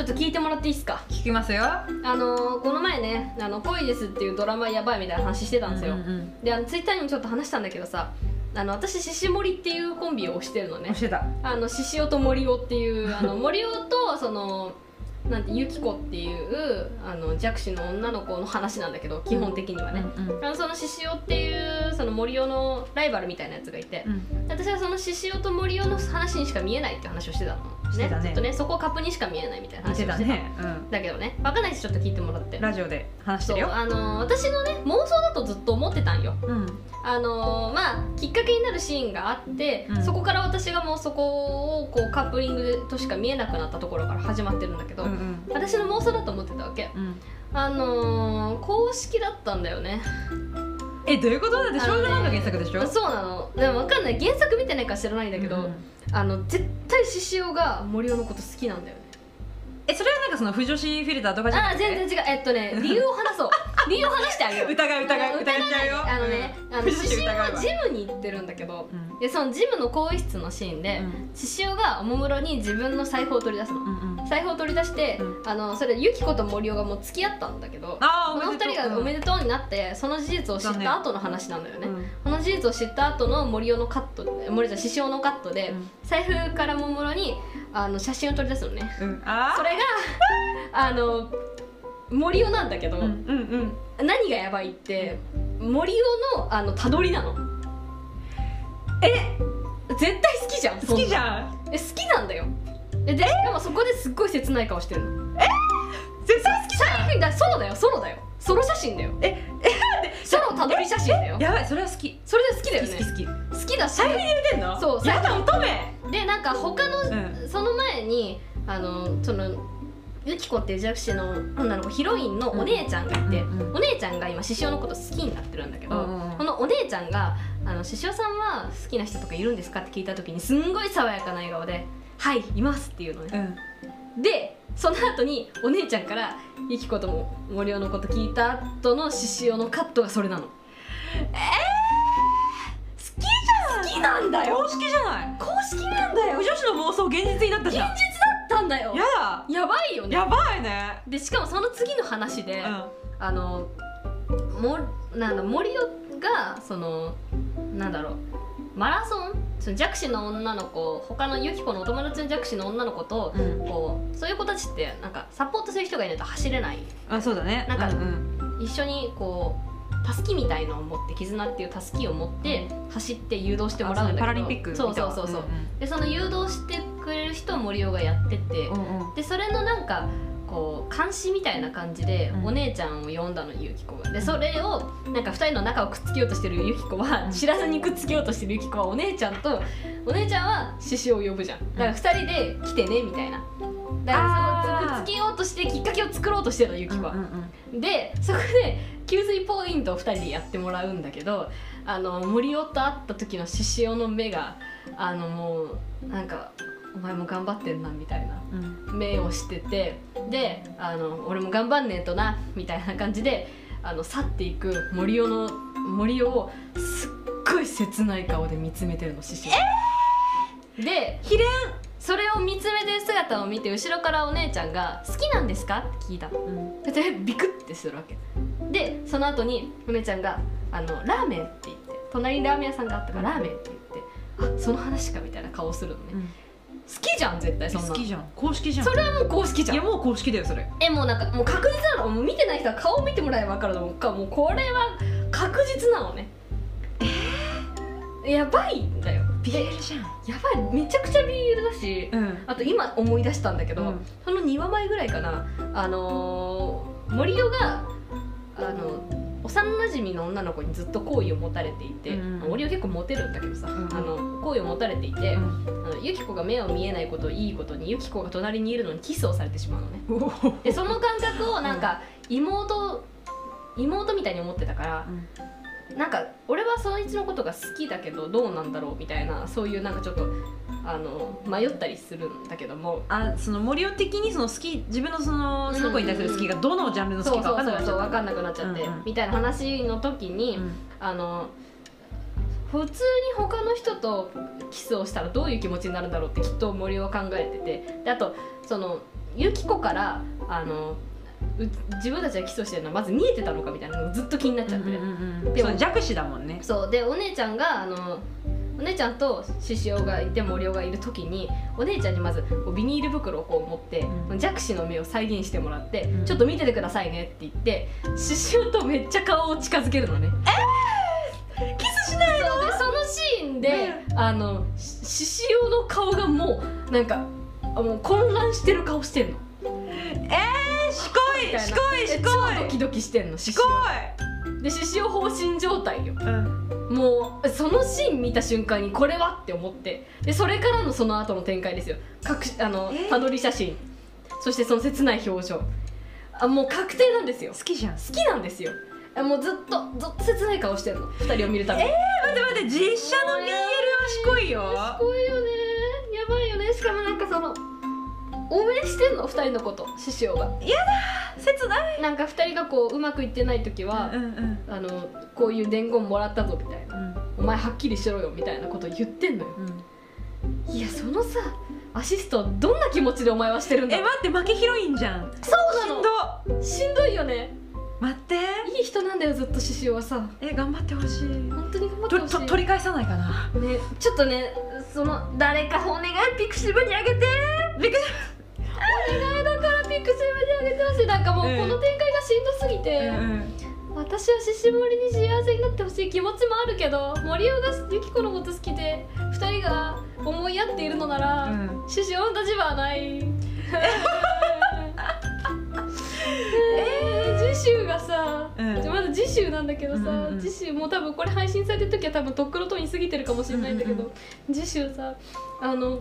ょっと聞いてもらっていいですか聞きますよあのーこの前ね「あの恋です」っていうドラマやばいみたいな話してたんですよ、うんうんであのツイッターにもちょっと話したんだけどさあの私ししもりっていうコンビを推してるのうんねしてたあのししおと森おっていうあの森おとそのなんてゆきこっていうあの弱視の女の子の話なんだけど基本的にはね、うんうんあのそのししおっていうその森おのライバルみたいなやつがいて、うん私はそのししおと森おの話にしか見えないって話をしてたのしてたねずっとねそこをカップにしか見えないみたいなし話をしててたたねうんだけどね分かんないしちょっと聞いてもらってラジオで話してそうるよあのー私のね妄想だとずっと思ってたんようんあのーまあきっかけになるシーンがあって、うんそこから私がもうそこをこうカップリングとしか見えなくなったところから始まってるんだけど、うんうん私の妄想だと思ってたわけうんあのー公式だったんだよねえどういうことだってあ少のね女漫画原作でしょそうなのでも分かんない原作見てないから知らないんだけど、うんうんあの絶対獅子雄が森尾のこと好きなんだよねえそれはなんかその不女子フィルターとかじゃなあくーて全然違うえっとね理由を 話そう理由を話してあげよう疑う疑う疑っちゃうよあのね、うんあの 不獅女子子雄疑うわはジムに行ってるんだけど、うんでそのジムの更衣室のシーンでうん獅子雄がおもむろに自分の財布を取り出すの、うんうん財布を取り出して、うあのそれユキコと森尾がもう付き合ったんだけどあこーのお二めでとう人がおめででとうになってその事実を知った後の話なんだよね、うんこの事実を知った後の森尾のカット森尾じゃ獅子雄のカットで、うん財布からおもむろにあの写真を取り出すのねうんあそれがあの森尾なんだけど、ーうんうんうん何がやばいって森尾のあのたどりなのえ絶対好きじゃん好きじんゃんえ好きなんだよえでしかもそこですっごい切ない顔してるの絶対好きじゃんだソロだよソロだよソロ写真だよえソロたどり写真だよやばいそれは好きそれで好きだよ好きね好き好好きだし財布に入れきのそうやだ乙女でなんか他の、うその前にあのそのユキコっていう弱視の女の子ヒロインのお姉ちゃんがいて、うんうんうんお姉ちゃんが今獅子雄のこと好きになってるんだけど、うんうんうんこのお姉ちゃんが「あの獅子雄さんは好きな人とかいるんですか?」って聞いた時にすんごい爽やかな笑顔で「はいいます」っていうのね、んでその後にお姉ちゃんからユキコとも森尾のこと聞いた後の獅子雄のカットがそれなの好きじゃん好きなんだよ公式じゃない公式なんだよ不現女子の妄想現実になった実じだゃんったんだよやだやばいよねやばいねでしかもその次の話で、うあのもなんだ森尾がそのなんだろうマラソンその弱視の女の子他のユキコのお友達の弱視の女の子と、んうんこうそういう子たちってなんかサポートする人がいないと走れないあそうだねなんかうんうん一緒にこうたすきみたいのを持って絆っていうたすきを持って走って誘導してもらうんだけどあそうねパラリンピックそうそうそうそう、んでその誘導してくれる人を森尾がやってて、うんうんうんでそれのなんかこう監視みたいな感じでうんお姉ちゃんを呼んだのゆきこがでそれをなんか2人の仲をくっつけようとしてるゆきこは知らずにくっつけようとしてるゆきこはお姉ちゃんとお姉ちゃんは獅子を呼ぶじゃんだから2人で来てねみたいなだからそのあーくっつけようとしてきっかけを作ろうとしてるのゆきこは、うんうんでそこで給水ポイントを2人でやってもらうんだけどあの森尾と会った時の獅子雄の目があのもうなんか「お前も頑張ってんな」みたいなうん目をしててであの「俺も頑張んねえとな」みたいな感じであの去っていく森尾の森尾をすっごい切ない顔で見つめてるの獅子で秘伝それを見つめてる姿を見て後ろからお姉ちゃんが「好きなんですか?」って聞いたのうんででビクッてするわけでその後にお姉ちゃんがあの「ラーメン」って言って隣にラーメン屋さんがあったから「ラーメン」って言って「あその話か」みたいな顔するのね好きじゃん絶対そんなの好きじゃん公式じゃんそれはもう公式じゃんいやもう公式だよそれえもうなんかもう確実なのもう見てない人は顔を見てもらえば分かると思うかもうこれは確実なのねえやばいんだよじゃんやばいめちゃくちゃ BL だしうんあと今思い出したんだけど、うんその2話前ぐらいかなあのー森尾があの幼なじみの女の子にずっと好意を持たれていて、うん森尾結構モテるんだけどさ、うんあの好意を持たれていて、うんあのユキコが目を見えないことをいいことにユキコが隣にいるのにキスをされてしまうのねおーでその感覚をなんか妹、妹みたいに思ってたからうんなんか俺はそいつのことが好きだけどどうなんだろうみたいなそういうなんかちょっとあの迷ったりするんだけどもあその森尾的にその好き自分のそのその子に対する好きがどのジャンルの好そきうかそう分かんそなうくそう分かんななくなっちゃって、うんうんみたいな話の時に、うんあの普通に他の人とキスをしたらどういう気持ちになるんだろうってきっと森は考えててであとそのユキコからあのう自分たちが起訴してるのはまず見えてたのかみたいなのがずっと気になっちゃって、ででも弱視だもんねそうでお姉ちゃんがあのお姉ちゃんと獅子王がいて森尾がいる時にお姉ちゃんにまずこうビニール袋をこう持って、うん弱視の目を再現してもらって、うんちょっと見ててくださいねって言って獅子王とめっちゃ顔を近づけるのねキスしないそうでそのシーンで、あのし獅子王の顔がもうなんかあもう混乱してる顔してんのみたしこいいしなこいしこで超ドキドキしてんの獅いし子こ王で獅子王放心状態よい、うん、もうそのシーン見た瞬間にこれはって思ってでそれからのその後の展開ですよ隠しあのえーパドリ写真そしてその切ない表情あもう確定なんですよ好きじゃん好きなんですよあもうずっとずっと切ない顔してるの2人を見るたびに、待って待って実写の BL はしこいよすごいよねやばいよねしかもなんかその応援してんの2人のこと師匠が切ないなんか2人がこううまくいってない時は、うんうんあのこういう伝言もらったぞみたいなうんお前はっきりしろよみたいなこと言ってんのようんいやそのさアシストどんな気持ちでお前はしてるんだえ待って負けヒロインじゃんそうなしんのどしんどいよね待っていい人なんだよずっと獅子王はさえ頑張ってほしい本当に頑張ってとほしとい取り返さないかなね、ちょっとねその誰かお願いピクシブにあげてびっくりしお願いだからピクシブにあげてほしいなんかもううんこの展開がしんどすぎて、たうん私は獅子森に幸せになってほしい気持ちもあるけど森生がユキコのこと好きで二人が思い合っているのなら、うん獅子王の立場はない。えー、次週がさ、うんまだ次週なんだけどさ、うんうんうん次週もう多分これ配信されてる時は多分とっくのとに過ぎてるかもしれないんだけど、うん次週さあの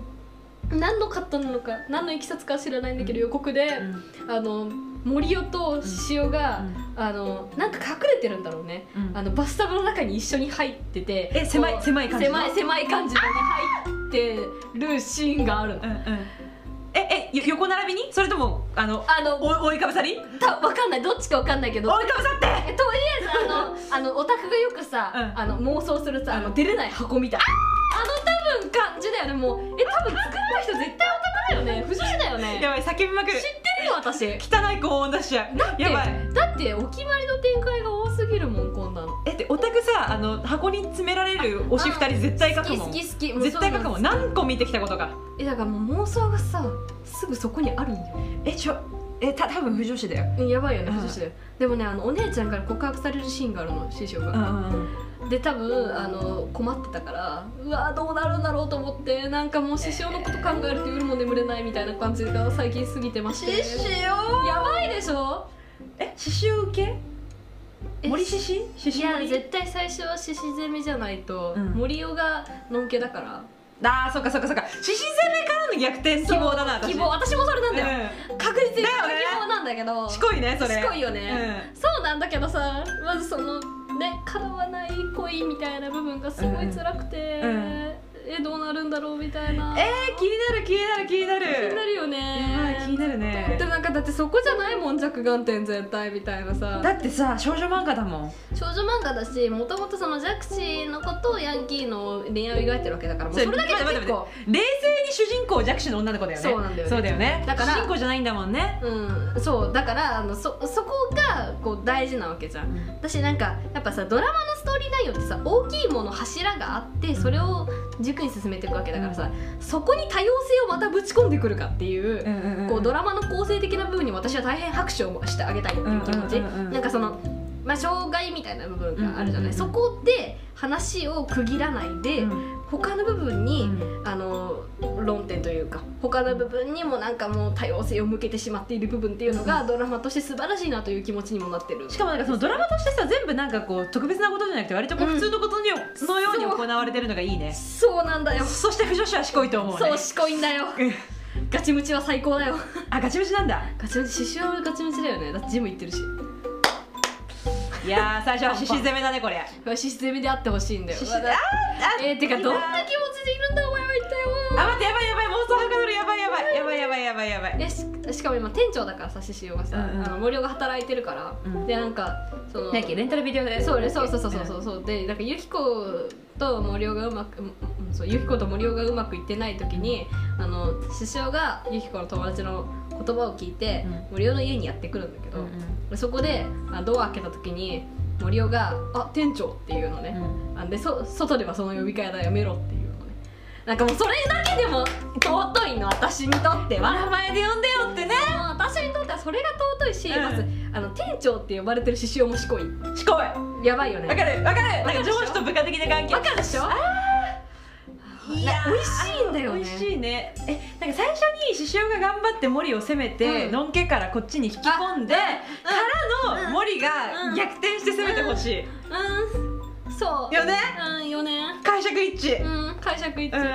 何のカットなのか何のいきさつかは知らないんだけどうん予告で、うんあの森尾と獅子王が、あのなんか隠れてるんだろうねうんあのバスタブの中に一緒に入っててえ狭いこう狭い感じの狭い狭い感じのね入ってるシーンがあるのうんうんええよ横並びにそれともあのあのお覆いかぶさりたわかんないどっちかわかんないけど覆いかぶさってえとりあえずあのあのオタクがよくさ、うんあの妄想するさあうのん出れない箱みたいなあの多分感じだよねもうえ多分作った人絶対オタクだよね不女子だよやねばい叫びまく知るってるよ私汚い高音出しちゃうだってやばいだってお決まりの展開が多すぎるもんこんなのえってオタクさあの箱に詰められる推し二人絶対書好くきも好んき好きう絶対書くもそうん何個見てきたことかえだからもう妄想がさすぐそこにあるんよえちょえた多分不女子だよやばいよねうん不女子だよでもねあのお姉ちゃんから告白されるシーンがあるの師匠うんうが、んで多分あの困ってたからうわーどうなるんだろうと思ってなんかもう師匠のこと考えると夜も眠れないみたいな感じが最近過ぎてましてよやばいでしょえ刺繍受けえ森獅子獅い子や森絶対最初は獅子攻めじゃないと、うん森尾がのんけだからあーそっかそっかそっか獅子攻めからの逆転希望だなそう私希望私もそれなんだよ、確実に希だよね望なんだけどうん、しこいねそれしこいよね、うそうなんだけどさまずそのね叶わない恋みたいな部分がすごい辛くて、うんうん、えどうなるんだろうみたいなんえー、気になる気になる気になる気になるよねやばい気になるねでもなんかだってそこじゃないもん弱眼点全体みたいなさだってさ少女漫画だもん少女漫画だしもともとその弱視のことをヤンキーの恋愛を描いてるわけだからもうそれだけで待って結構待って冷静に主人公弱視の女の子だよねそうなんだよねそうだよねだから主人公じゃないんだもんねうんそうだからあのそそこがこう大事なわけじゃん私なんかやっぱさドラマのストーリー内容ってさ大きいもの柱があってそれを軸に進めていくわけだからさ、そこに多様性をまたぶち込んでくるかっていう,、こうドララマの構成的な部分に私は大変拍手をしてあげたいっていう気持ち、うんうんうんうんなんかその、まあ、障害みたいな部分があるじゃない、うんうんうんそこで話を区切らないで、他の部分に、あの論点というか他の部分にもなんかもう多様性を向けてしまっている部分っていうのが、ドラマとして素晴らしいなという気持ちにもなってるしかもなんかそのドラマとしてさ全部なんかこう特別なことじゃなくて割とこううん普通のことのようのように行われてるのがいいねそうなんだよそして不女子はしこいと思うねそうしこいんだ ようんガチムチは最高だよあガチムチなんだガチムチ獅子王はガチムチだよねだってジム行ってるしいやー最初は獅子攻めだねこれ獅子攻めであってほ しいんだよ獅子まだあえー、てかどんな気持ちでいるんだお前は一体あ待ってやばいやばい妄想はかどるやばいやばいやばいやばいやばいやばいよししかも今店長だからさ獅子王がさ、うんうんあの森尾が働いてるから、うんでなんかそのなんだっけレンタルビデオでそうねそうそうそうそうそうそうでなんかユキコと森尾がうまくうんうんそうユキコと森尾がうまくいってない時にあの師匠がユキコの友達の言葉を聞いて、う森尾の家にやってくるんだけうど、んそこであドア開けた時に森尾が「あ店長」っていうのね、あでそ外ではその呼び方やめろっていうのねなんかもうそれだけでも尊いの私にとっては名前で呼んでよってねもう私にとってはそれが尊いし、うんまずあの店長って呼ばれてる獅子王もしこいしこいやばいよねわかるわかるわかなんかるでしょ上司と部下的な関係わかるでしょいなやー美味しいんだよね美味しいねえなんか最初に獅子雄が頑張って森を攻めて、うんのんけからこっちに引き込んでからの森うがん逆転して攻めてほしい、うんそうよねうん4年解釈一致、うん解釈一うん、い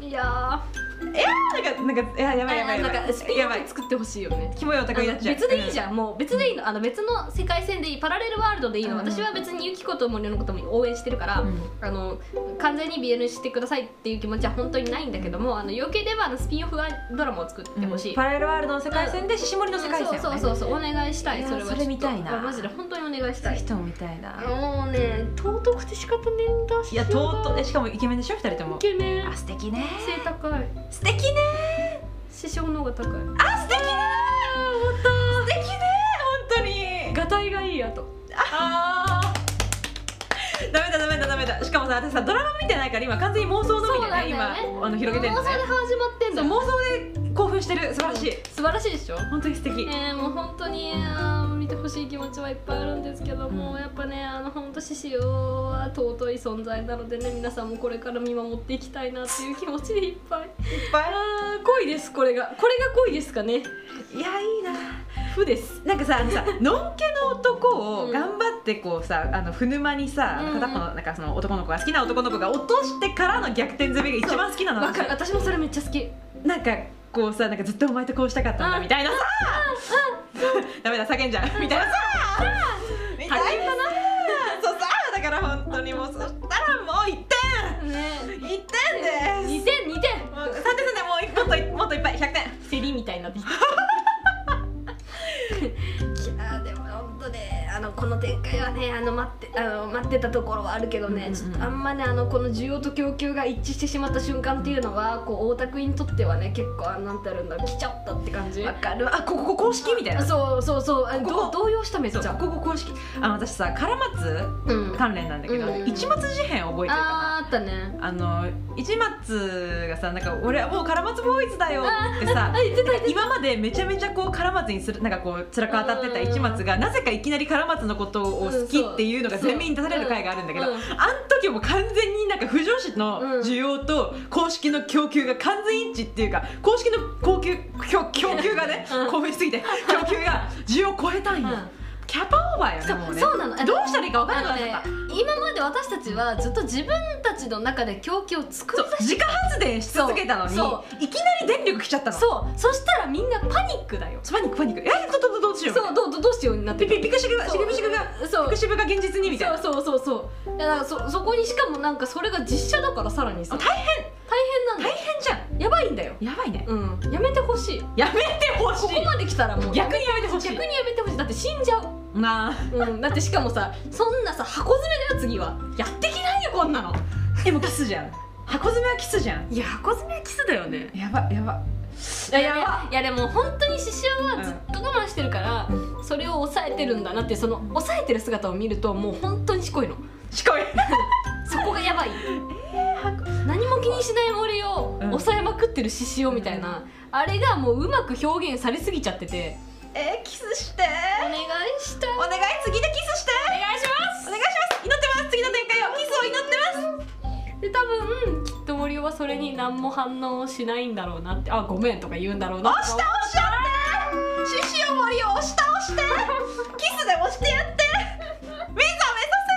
致、いややーなんかなんかいややーばいやばいやばなんかスピいンやオばフい作ってほしいよねキモいオタクになっあちゃのう別でいいじゃん、ゃん、もう別でいいのあの別の世界線でいいパラレルワールドでいいの、うん私は別にユキコと森のことも応援してるから、うんあの完全に BL してくださいっていう気持ちは本当にないんだけどもあの余計ではあのスピンオフドラマを作ってほしい、パラレルワールドの世界線で獅子森の世界線をね、そうそうそうそうお願いしたいいやそれはそれ見たいなちょっとマジで本当にお願いしたい人も見たいな、もうね尊くて仕方ねえんだしいやとうとうえしかもイケメンでしょ二人ともイケメンあ素敵ね背高い素敵ね師匠の方が高いあ素敵ね本当素敵ね本当にガタイがいいやとあーダメだダメだダメだしかもさ私さドラマ見てないから今完全に妄想のみでそうなんだよねね今あの広げてるもうのそれねで始まってんそだう妄想で興奮してる素晴らしい素晴らしいでしょ本当に素敵えー、もう本当にあー見てほしい気持ちはいっぱいあるんですけども、うんやっぱねあの本当獅子王は尊い存在なのでね皆さんもこれから見守っていきたいなっていう気持ちでいっぱいいっぱいあー恋ですこれがこれが恋ですかねいやいいな負ですなんかさあの さのんけの男うをん頑張ってこうさあのふぬまにさうんうん片っぽのなんかその男の子が好きな男の子が落としてからの逆転攻めが一番好きなのわかる私もそれめっちゃ好きなんかこうさなんかずっとお前とこうしたかったんだみたいなさダメだ叫んじゃう みたいなさみたいなさそうさだから本当にもうそしたらもう一ね点一点で2す点2点もう三点三点もう一もっともっといっぱい百点セリみたいになってきたいやーでも本当ねあのこの展開はねあの待ってあの待ってたところはあるけどね、うんうんうんちょっとあんまねあのこの需要と供給が一致してしまった瞬間っていうのはこう大田区にとってはね結構あなんてやるんだろう来ちゃったって感じわかるあここここ公式みたいなそうそうそうあここど動揺しためっちそうゃここ公式あの私さ唐松うん関連なんだけど、うん一松事変覚えてるかなあーあったねあの一松がさなんか俺はもう唐松ボーイズだよってさあ言ってた言って今までめちゃめちゃこうカラマツにするなんかこう辛く当たってた市松がなぜかいきなりカラマツのことを好きっていうのが前面に出される回があるんだけど、うんうんあん時も完全になんか不条子の需要と公式の供給が完全一致っていうか公式の供給供供給がね、うん興奮しすぎて供給が需要を超えたんよ、うんキャパオーバーよねそうもうねそうなのあどうしたらいいか分からなくなっちゃあったのね今まで私たちはずっと自分たちの中で狂気を作りそう自家発電し続けたのにいきそうなり電力来ちゃったのそうそしたらみんなパニックだよパニックパニックえどどどどうしようそうどうどうどうしようになってくピピるピクシブがそシうブシブがそうピクシブが現実にみたいなそうそうそうそういやだからそそこにしかもなんかそれが実写だからさらにさあ大大変変なんだ大よ変じゃんやばいんだよやばいねうんやめてほしいやめてほしここまで来たらもうい逆にやめてほし逆いにやめてほしいだって死んじゃう、なあうん、だってしかもさそんなさ箱詰めだよ次はやってきないよこんなのでもキスじゃん箱詰めはキスじゃんいや箱詰めはキスだよねやばやばいやいやいやでも本当に獅子王はずっと我慢してるから、それを抑えてるんだなってその抑えてる姿を見るともう本当にしこいのしこいそこがやばい何も気にしない俺をうん抑えまくってる獅子王みたいな、あれがもううまく表現されすぎちゃっててえー、キスしてお願いしたいお願い次でキスしてお願いしますお願いします祈ってます次の展開をキスを祈ってますで多分きっと森生はそれに何も反応をしないんだろうなってあごめんとか言うんだろうな押し倒しちゃって獅子を森を押し倒してキスで押してやって目覚め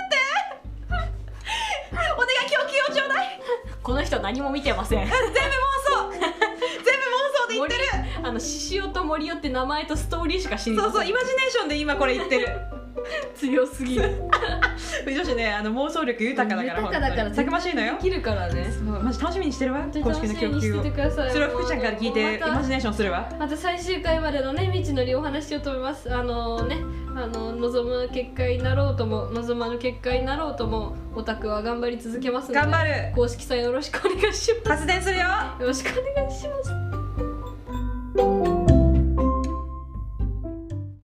させてお願い供給をちょうだいこの人何も見てません全部妄想全部妄想で言ってる森あの獅子王と森生って名前とストーリーしか知りまそせんうそうイマジネーションで今これ言ってる強すぎる 女子ねあの妄想力豊かだから豊かだから本当にたくましいのよできるからねそうマジ楽しみにしてるわ本当に公式楽のしみ供に給しをててくださいそれを福ちゃんから聞いてイまたマジネーションするわまた最終回までのね未知のりお話しようと思いますあのねあの望む結果になろうとも望まぬ結果になろうともオタクは頑張り続けますので頑張る公式さんよろしくお願いします発電するよよろしくお願いします